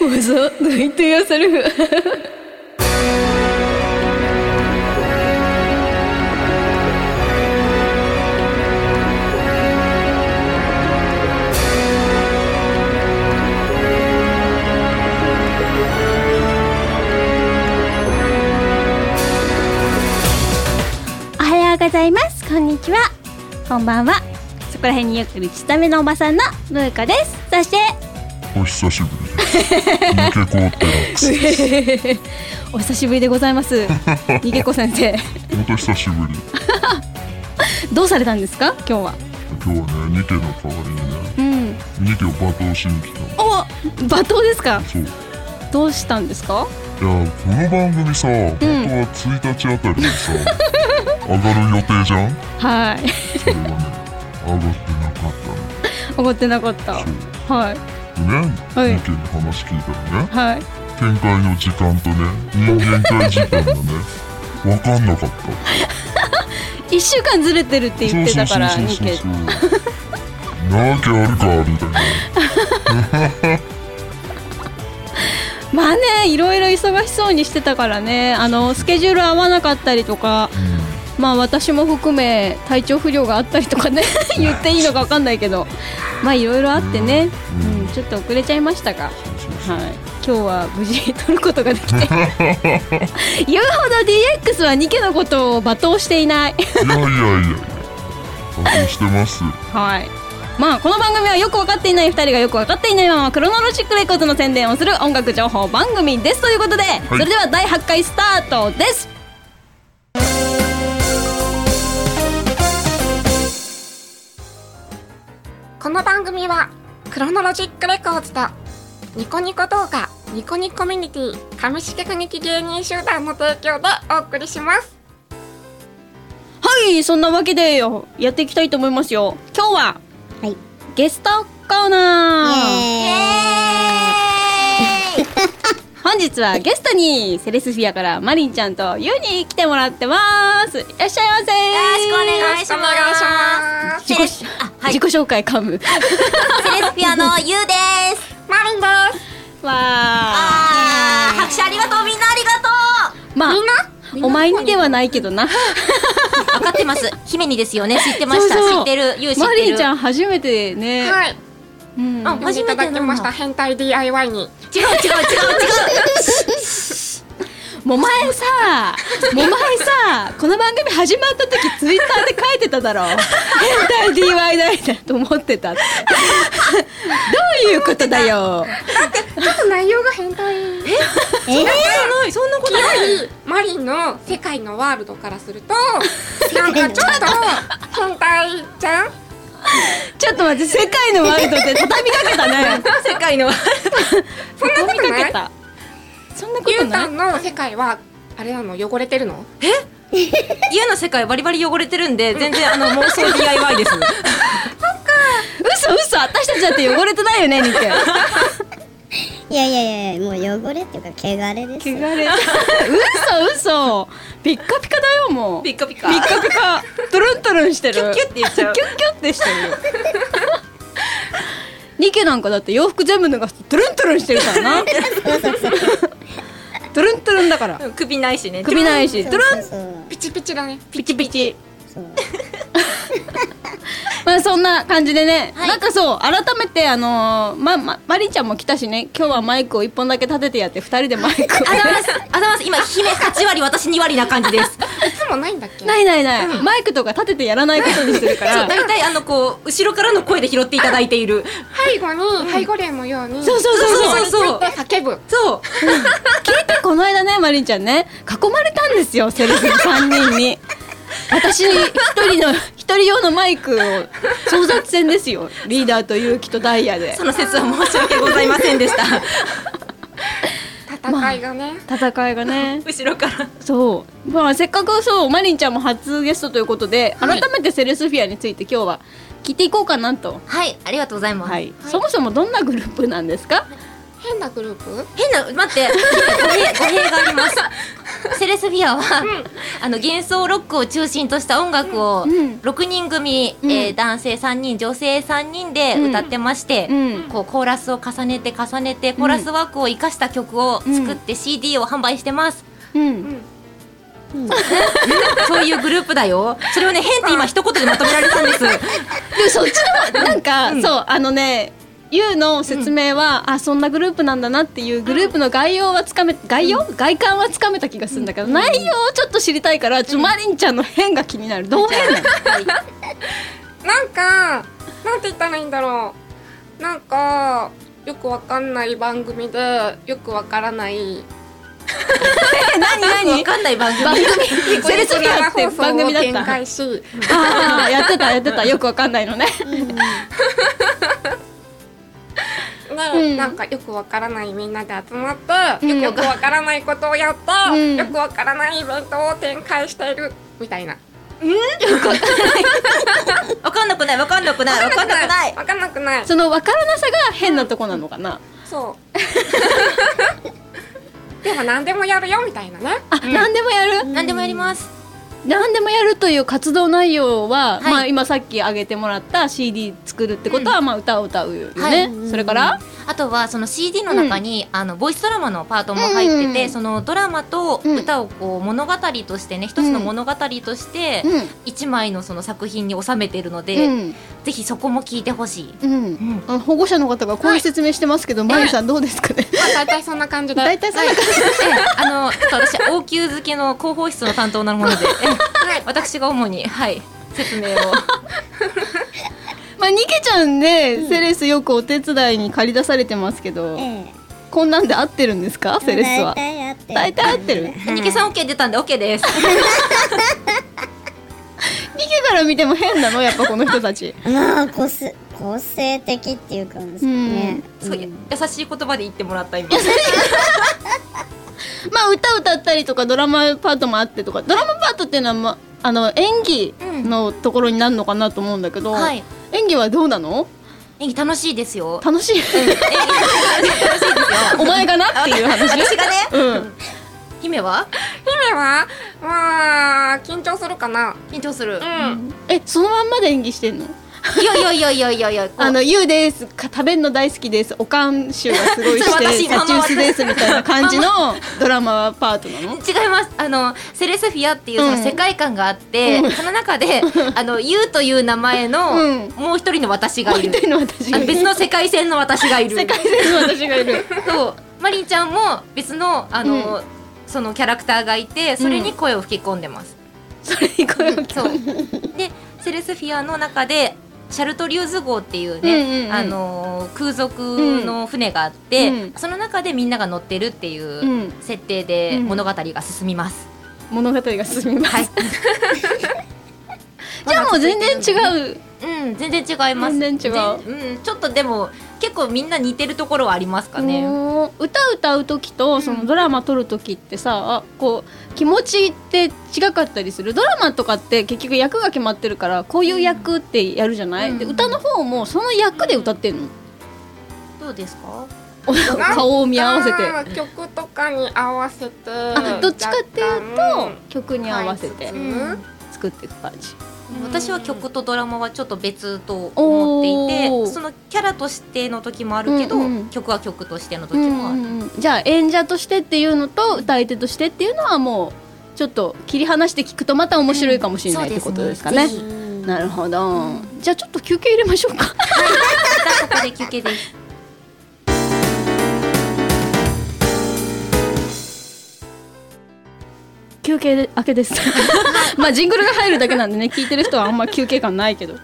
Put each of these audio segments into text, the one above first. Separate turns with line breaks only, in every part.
was it doing to yourself?
「おはようございますこんにちはこんばんは」そこら辺によくいるちためのおばさんのムーカですそして
お久しぶりです。抜け凍ってラックスです。
お久しぶりでござ います。にげこ先生、
本当久しぶり。
どうされたんですか、今日は。
今日はね、ニケの代わりにね、
うん。
ニケを罵倒しに来た。
お、罵倒ですか。
そう。い
どうしたんですか。
や、この番組さ、本当は1日あたりにさ、上がる予定じゃん
はい。
それはね、上がってなかっ
怒ってなかった。
たの。そう。
はい。
でね、
はい
ニケに話聞いたらね、
はい。
展開の時間とね、人間界時間がね、わかんなかった。
一週間ずれてるって言ってたから、
そう
に
そうそう
げ
そう。なわけあるか、みたいな。
まあね、いろいろ忙しそうにしてたからね、あのスケジュール合わなかったりとか。
うん
まあ私も含め体調不良があったりとかね言っていいのかわかんないけどまあいろいろあってね、
うん
うん、ちょっと遅れちゃいましたが、はい、
そうそう
今日は無事に撮ることができて言うほど DX はニケのことを罵倒していない、
いやいやいやいや。加工してます。
はいまあこの番組はよく分かっていない2人がよく分かっていないままクロノロジックレコードの宣伝をする音楽情報番組ですということで、それでは第8回スタートです
この番組はクロノロジックレコーズとニコニコ動画ニコニコミュニティ上重国劇芸人集団の提供でお送りします
はいそんなわけでよやっていきたいと思いますよ今日は、
はい
ゲストコーナー本日はゲストにセレスフィアからマリンちゃんとユーに来てもらってますいらっしゃいませ
よろしくお願いします
自己し自己紹介噛む
セレスピアのゆうです。
マリンです
わあ
あー拍手ありがとうみんなありが
まあ
みんな
お前にではないけどな
とう。分かってます。姫にですよね。知ってました。
そうそう
知ってる。ゆう知ってる。
マリンちゃん初めてね、
はい、
うん、
お呼びいただきました変態 DIY に
違う違う違う
もう前さもう前さこの番組始まった時ツイッターで書いてただろう変態 DIY だと思ってたってどういうことだよ
ちょっと内容が変態え
違う。そんなこ
よ
と
りマリンの世界のワールドからす るとなんかちょっと変態じゃん
ちょっと待って世界のワールドって畳みかけたね
世界の。
そんなこと
畳みか
な
け
い
たそんなこ
ゆ
と
う
な
た
い
んの世界はあれなの汚れてるの
家の世界バリバリ汚れてるんで全然あの妄想 DIY です。
嘘嘘私たちだって汚れてないよねニケ
いやいやいやもう汚れっていうか汚れです
汚れ 嘘嘘ピッカピカだよもう
ピ
ピ
ッカピカ。
ッカピカトゥルントゥルンしてる
キュッキュッて言っちゃう
キュッキュッてしてるよニケなんかだって洋服全部脱がすとトゥルントゥルンしてるからなトゥルントゥルンだから
うん首ないしね。
首ないしトゥルン
ン
ピチピチだね
ピチピチ
そう
まあそんな感じでね、なんかそう改めてあのーままマリンちゃんも来たしね今日はマイクを一本だけ立ててやって二人でマイクを
あざます。あざます。今姫8割私2割な感じです。
いつもないんだっけ
ないないない、マイクとか立ててやらないことにするか
そう
ら
大体あのこう後ろからの声で拾っていただいている。
背後に背後霊のように、
そうそうそうそう
そうそう
で叫ぶ
そう。
聞いてこの間ねマリンちゃんね囲まれたんですよセレブ3人に私一人の一人用のマイクを争奪戦ですよリーダーと勇気とダイヤで
その説は申し訳ございませんでした。
戦いがね、
戦いがね
後ろから。
そうまあせっかくそうマリンちゃんも初ゲストということで、改めてセレスフィアについて今日は聞いていこうかなと
はい、ありがとうございます。
はい、そもそもどんなグループなんですか
変なグループ
変な、待って、語弊、語弊があります。セレスフィアは、あの幻想ロックを中心とした音楽を
うん
6人組、
うん
えー男性3人女性3人で歌ってまして、
うん
こうコーラスを重ねて重ねてコーラスワークを生かした曲を作って CD を販売してます、
うん
そういうグループだよそれをね変って今一言でまとめられたんです
でもそっちのなんか、そうあのねゆうの説明は、あそんなグループなんだなっていうグループの概要はつかめ概要、外観はつかめた気がするんだけど、内容をちょっと知りたいからちょマリンちゃんの変が気になるどう変なの
なんかなんて言ったらいいんだろうなんかよくわかんない番組でよくわからない
え何
わ
何
かんない番組
番組
ニコ
セレ
ニ
ス
コ
フィア
生
って
放送
番組
を
だっ
展
た
開し
ああやってたやってたよくわかんないのね
で、
うん
なんかよくわからないみんなで集まって、
うん
よくわからないことをやった、
うん
よくわからないイベントを展開しているみたいな
わかんなくないわかんなくないわかんなくない
わかんなくない
そのわからなさが変なとこなのかな、
そう でも何でもやるよみたいなね
あ、何でもやる、
何でもやります
何でもやるという活動内容は、
はい
まあ今さっき挙げてもらった CD 作るってことは、まあ歌を歌うよね、
はい
それから、
あとはその CD の中に、あのボイスドラマのパートも入ってて、
うん
そのドラマと歌をこう物語としてね、一つの物語として
うん
一枚のその作品に収めてるので、
うん
ぜひそこも聞いてほしい。
うん
うん
あの保護者の方がこういう説明してますけど、まゆさんどうです かね。
まあ大体そんな感じで
大体そんな感じ。
ええあのちょっと私応急付けの広報室の担当なもので、ええ私が主にはい説明を。
まあ、ニケちゃんね、セレスよくお手伝いに借り出されてますけど、
ええ
こんなんで合ってるんですか、セレス
体合っ
は。
てる
大体合ってる。ニ
ニケさん OK 出たんで OK です。
ケから見ても変なの、やっぱこの人たち。
まあ個性個性的っていうかなんですかね、
そう優しい言葉で言っても らった今。
まあ、歌歌ったりとか、ドラマパートもあってとか、ドラマパートっていうのは、まあの演技のところになるのかなと思うんだけど。
うんはい
演技はどうなの。
演技楽しいですよ。
楽しい。お前がなっていう話。
私がね、
うん。
姫は
姫はまあ緊張するかな
緊張する。
うん
え、そのまんまで演技してんの。
いやいやいやいやいやいや。こう
あの、ゆうです、か食べんの大好きです、おかん臭がすごい
それ
し
私
て、タチウスですみたいな感じのドラマパートなの
違いますあのセレスフィアっていうその
うん
世界観があって、その中であのユウという名前の、
うん
もう一人の私がい
一
る
人の私
あ
がいる。
別の世界線の私がいる
世界線の私がい る。
そうマリンちゃんも別のあの、そのキャラクターがいてそれに声を吹き込んでます、
それに声を聞
そうでセレスフィアの中でシャルトリューズ号っていうね、
うんうんうん
あのー空賊の船があって、
うん
その中でみんなが乗ってるっていう
うん
設定で
うん
物語が進みます、
物語が進みま
はい
す。じゃあもう全然違う。
うん、全然違います。
全然違う
全。うん、ちょっとでも、結構みんな似てるところはありますかね。
おー歌歌う時とそのドラマ撮る時ってさ、あこう気持ちって違かったりするドラマとかって結局役が決まってるからこういう役ってやるじゃない、
うん
で歌の方もその役で歌ってんの、
どうですか。
顔を見合わせて
なんか曲とかに合わせて
あどっちかっていうと
若干
曲に合わせて
変えつつ
作っていく感じ
私は曲とドラマはちょっと別と思ってい
おー
て、そのキャラとしての時もあるけど、
うんうん
曲は曲としての時
うん
もあ
う
る。
んうんじゃあ演者としてっていうのと歌い手としてっていうのはもうちょっと切り離して聞くとまた面白いかもしれないってことですかね,、
そうですねぜ
なるほど、じゃあちょっと休憩入れましょうか
ひまたここで休憩です。
休憩で明け ですまあジングルが入るだけなんでね聞いてる人はあんま休憩感ないけど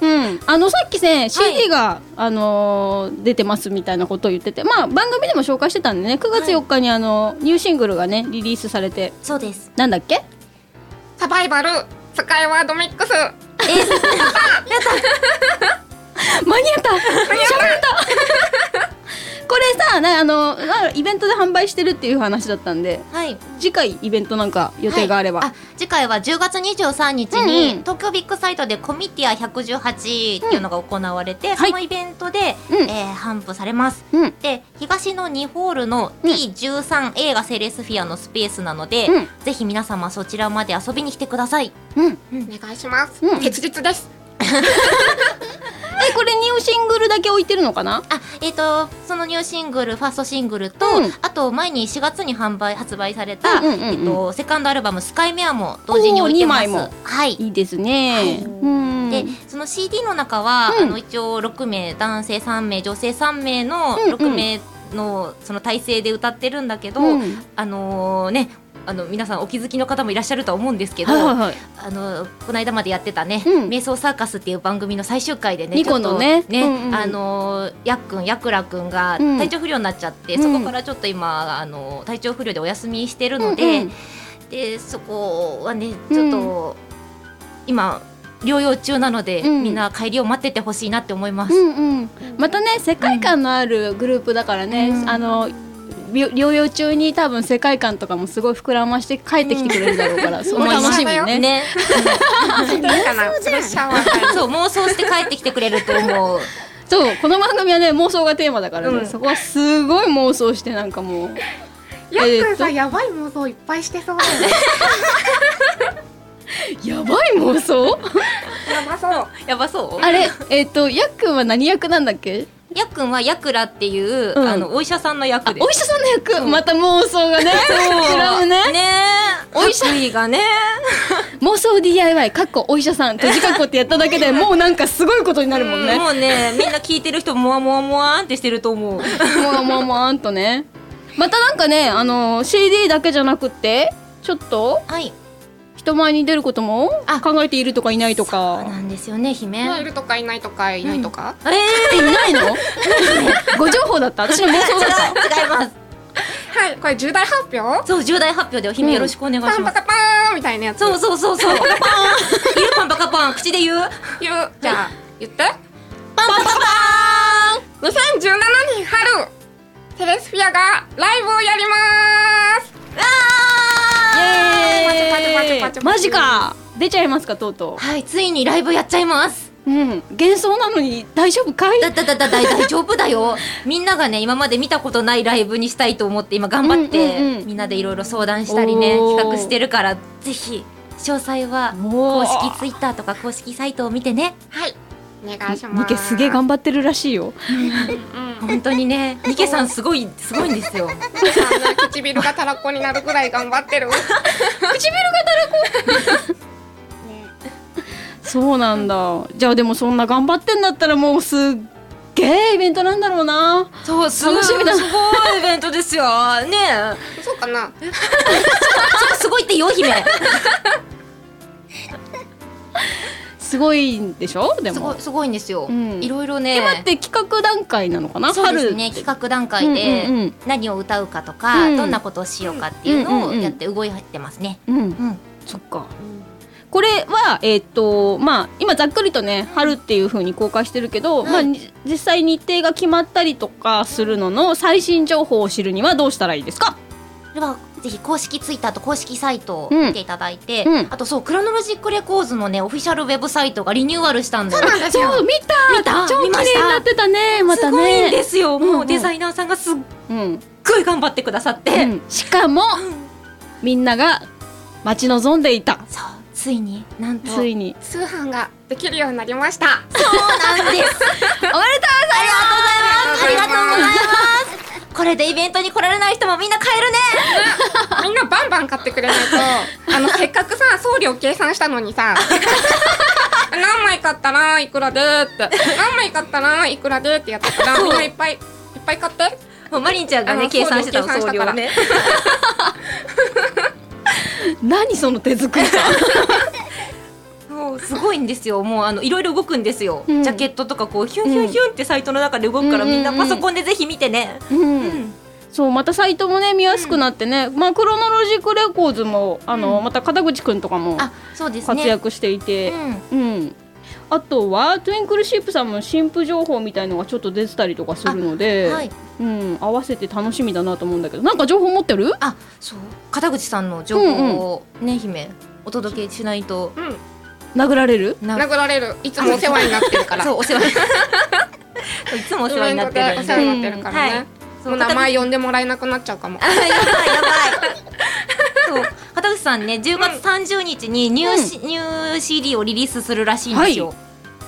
うん、あのさっきね CD が、あのー出てますみたいなことを言ってて、まあ、番組でも紹介してたんでね9月4日に、あのニューシングルがねリリースされて
そうです。
なんだっ け
サバイバルスカイワードミックス
間に合った これさはなあのなイベントで販売してるっていう話だったんで
はい
次回イベントなんか予定があれば、
はい次回は10月23日
うんう
に
ん
東京ビッグサイトでコミティア118っていうのが行われて、
はい
そのイベントで、
うん
えー頒布されます
うん
で東の2ホールの T13A がセレスフィアのスペースなので、
うん
ぜひ皆様そちらまで遊びに来てください
うん
お願いします、
うん
切実です
えこれニューシングルだけ置いてるのかな
あえっ、とそのニューシングルファーストシングルと、
うん
あと前に4月に販売発売された、
うんうんうんうん
えっとセカンドアルバム「スカイメアも同時に置いてま
お
す
ー二枚も
はい
いいですね、うん
でその CD の中は、
うん
あの一応6名男性3名女性3名の
うんうん
6名のその体制で歌ってるんだけど、
うん
あのねあの皆さんお気づきの方もいらっしゃるとは思うんですけど、
はいはいはい
あのこの間までやってたね、
うん
瞑想サーカスっていう番組の最終回でね、
ニコのね
ちょっとね、
うんうん
あのやっくんやくらくんが
うん
体調不良になっちゃって、
うん
そこからちょっと今あの体調不良でお休みしてるので、
うんうん
でそこはねちょっと、今療養中なので、
うん
みんな帰りを待っててほしいなって思います。
うんうん、またね世界観のあるグループだからね、
うん
あの療療養中に多分世界観とかもすごい膨らまして帰ってきてくれるだろうから、そこ楽しみね
ね、
いいかなプレッシャーはない
そう妄想して帰ってきてくれると思う。
そうこの番組はね妄想がテーマだからね、そこはすごい妄想してなんかもう
やっくんさ、
えーっ
やばい妄想いっぱいしてそうだよね
とやばい妄想
やばそう
やばそ う。
あれえーっとやっくんは何役なんだっけ
やっくんはやくらっていう、
うん
あのお医者さんの役
あ
で
お医者さんの役、また妄想がね膨らむね
ねえ
お医者
白衣がね
妄想 DIY かっこお医者さん閉じかっこってやっただけでもうなんかすごいことになるもんね、
もうねみんな聞いてる人もわもわもわーんってしてると思う
もうもうもうあんとねまたなんかねあのー CD だけじゃなくってちょっと
はい
人前に出ることも
あ
考えているとかいないと
そうな
か
んですよね姫
いるとかいないとかいないとか、
えー、違
えいないのご情報だった私の妄想だった
います
はいこれ重大発表
そう重大発表でお
う
姫
ん
よろしくお願い
パ
し
ン
ま
パカ
す、
パーンみたいなやつ
そうそうそうそうパンいるパンパカパン口で言う
言うじゃあ言って
パンパカパ
2017年春テレスフィアがライブをやります
イエ
パチパチパチパチパ
ーイ
チ
マジか出ちゃいますかとうと
ンはいついにライブやっちゃいます
ううん幻想なのに大丈夫かい
だだだだだ大丈夫だよみんながね今まで見たことないライブにしたいと思って今頑張って、
うんうんうん
みんなでいろいろ相談したりね
おー
企画してるからぜひ詳細は
お
公
ー
式ツイッターとか公式サイトを見てね
はいお願いします
ニケすげえ頑張ってるらしいよ
うん
本当 にねニケさんすごいすごいんですよ
あんな唇がたらこになるぐらい頑張ってる
そうなんだじゃあでもそんな頑張ってんだったらもうすっげえイベントなんだろうな
そうす
楽しみだ
すごいイベントですよねえ
そうかな
それすごいってよ姫
すごいんでしょですも
ごいすごいんですよ、
うん
いろいろね
今って企画段階なのかな
そうです
春
ね企画段階で
うんうんうん
何を歌うかとか、
うん
どんなことをしようかっていうの
うん
を
うんうん
やって動いてますね、
うん
うん
そっかこれはえーっとまあ今ざっくりとね春っていう風に公開してるけど、まあに実際日程が決まったりとかするのの最新情報を知るにはどうしたらいいですか
ではぜひ公式ツイッターと公式サイトを見ていただいて、
うんうん
あとそうクロノロジックレコーズのねオフィシャルウェブサイトがリニューアルしたんだよ
なんですよ
そう見た
見た
超
見
綺
ました
麗になってたねまたね
すごいんですよ、
うん
もうデザイナーさんがすっ
うん
ごい頑張ってくださって、
うんしかもみんなが待ち望んでいた
そうついになんと
ついに
通販ができるようになりました
そうな
お
んです
めでとうござい
ありがとうございますこれでイベントに来られない人もみんな帰るね
みんなバンバン買ってくれないとあのせっかくさ送料計算したのに さ何枚買ったらいくらでって何枚買ったらいくらでってやったからみんないっぱいいっぱい買って
もうマリンちゃんが
あ
ね
の
計算してたの
送
送
料計算したか
料を
ら
ね
何その手作り感
そうすごいんですよもうあのいろいろ動くんですよ、
うん
ジャケットとかこうヒュンヒュンヒュンってサイトの中で動くから、
うん
みんなパソコンでぜひ見てね、
うん
うん
そうまたサイトもね見やすくなってね、まあクロノロジックレコーズもあの、また片口くんとかも
あそうですね
活躍していて、
うん
うん、あとはトゥインクルシープさんも新婦情報みたいのがちょっと出てたりとかするので、
はい
うん、合わせて楽しみだなと思うんだけどなんか情報持ってる
あそう片口さんの情報をね、姫お届けしないと
うん
殴られる
な
殴られるいつもお世話になってるから
そうお世話にいつもお世話になってる
お
ん
世
で
話になってるからね、
はい
もう名前呼んでもらえなくなっちゃうかも
あやばいやばいそう片口さんね10月30日にニューシ、ニュー CD をリリースするらしいんですよ、
は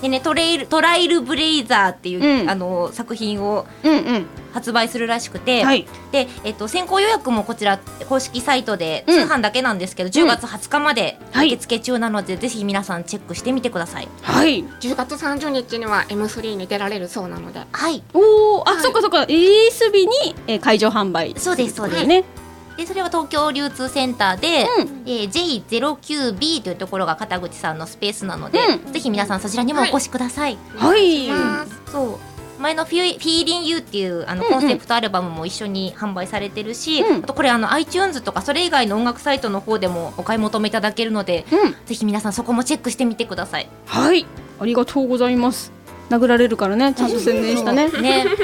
でねトレイル「トライルブレイザー」っていう、
うん
あの作品を
うんうん
発売するらしくて、
はい
で、えっと、先行予約もこちら公式サイトで
う
通
ん
販だけなんですけど、10月20日まで
はい
受付中なので、ぜひ皆さんチェックしてみてください
はい
10月30日には M3 に出られるそうなので
はい
おおあ、そっかそっかリリース日に、えー、会場販売
そうですそうです
ね
でそれは東京流通センターで、
うん
えー J09B というところが片口さんのスペースなので、ぜひ皆さんそちらにもお越しください、
はい
そう前のフィ「フィーリンユーっていうあの
うんうん
コンセプトアルバムも一緒に販売されてるし、
うん
あとこれあの iTunes とかそれ以外の音楽サイトの方でもお買い求めいただけるので、
うん
ぜひ皆さんそこもチェックしてみてください
はいありがとうございます殴られるからねちゃんと宣伝したね
ね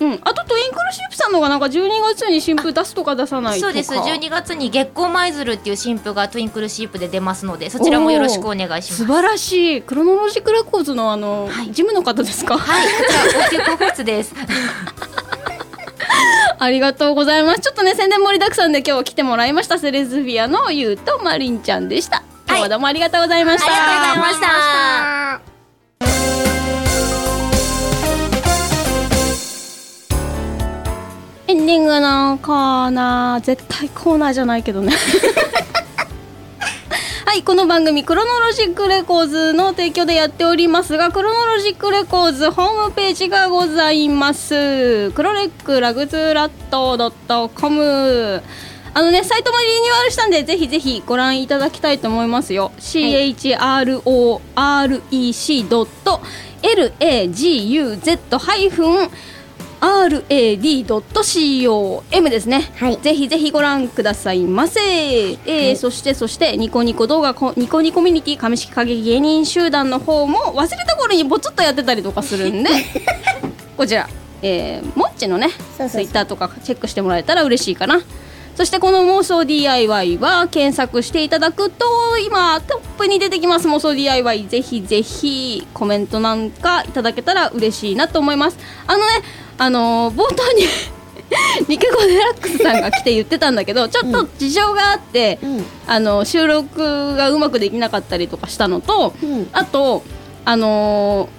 うんあとトゥインクルシープさんのがなんか12月に新婦出すとか出さないとか
そうです12月に月光舞鶴っていう新婦がトゥインクルシープで出ますのでそちらもよろしくお願いし
素
ます
晴らしいクロノロジックレコーズのあの、ジムの方ですか
はい、こちら応急候補室 です。
ありがとうございますちょっとね宣伝盛りだくさんで今日は来てもらいましたセレズフィアのゆうとマリンちゃんでした今日はどうもありがとうございました、
ありがとうございました。
エンディングのコーナー絶対コーナーじゃないけどねはいこの番組クロノロジックレコーズの提供でやっておりますがクロノロジックレコーズホームページがございますクロレックラグズーラット .com あのねサイトもリニューアルしたんでぜひぜひご覧いただきたいと思いますよ、CHROREC.LAGUZ- rad.com ですね、ぜひぜひご覧くださいませ、えーそしてそしてニコニコ動画こニコニコミュニティ上式影芸人集団の方も忘れた頃にぼつっとやってたりとかするんでこちら、えー、もっちのね
そうそうそう
ツイッターとかチェックしてもらえたら嬉しいかなそしてこの妄想 DIY は検索していただくと今トップに出てきます妄想 DIY ぜひぜひコメントなんかいただけたら嬉しいなと思いますあのねあのー冒頭に ニケコデラックスさんが来て言ってたんだけどちょっと事情があって、
うん
あの収録がうまくできなかったりとかしたのと、
うん
あとあのー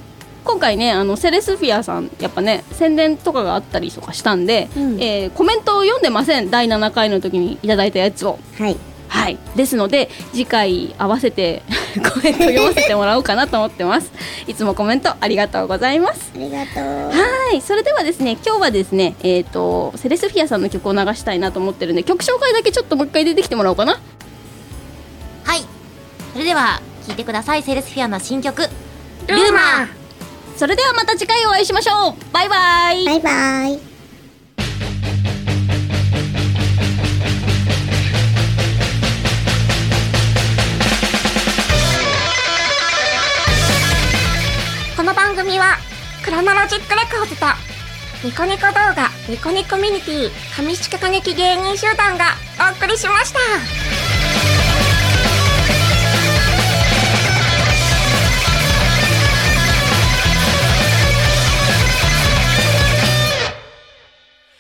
今回ねあのセレスフィアさんやっぱね宣伝とかがあったりとかしたんで、
うん
えーコメントを読んでません第7回の時にいただいたやつを
はい
はいですので次回合わせて コメント読ませてもらおうかなと思ってますいつもコメントありがとうございます
ありがとう
はい、それではですね、今日はですね、えっ、と、セレスフィアさんの曲を流したいなと思ってるんで、曲紹介だけちょっともう一回出てきてもらおうかな。
はい。それでは聞いてください。セレスフィアの新曲ル
ルー
ー
マー
マー。
それではまた次回お会いしましょうバイバイ
バイバイ
この番組はクロノロジックレコーズとニコニコ動画ニコニコミュニティ上宿歌劇芸人集団がお送りしました。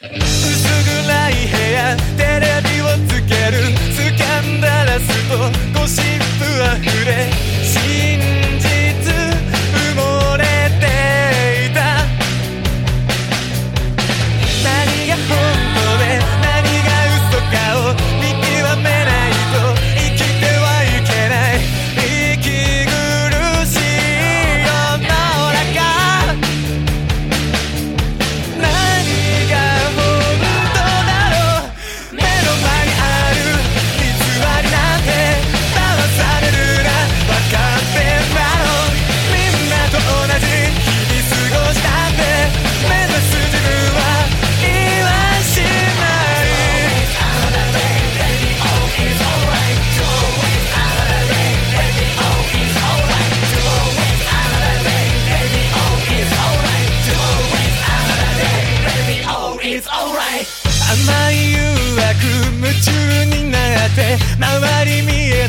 薄暗い部屋テレビをつけるスキャンダラスとゴシップあふれ真実埋もれていた何が本当で何が嘘かを見極めない It's alright 甘い誘惑夢中になって周り見え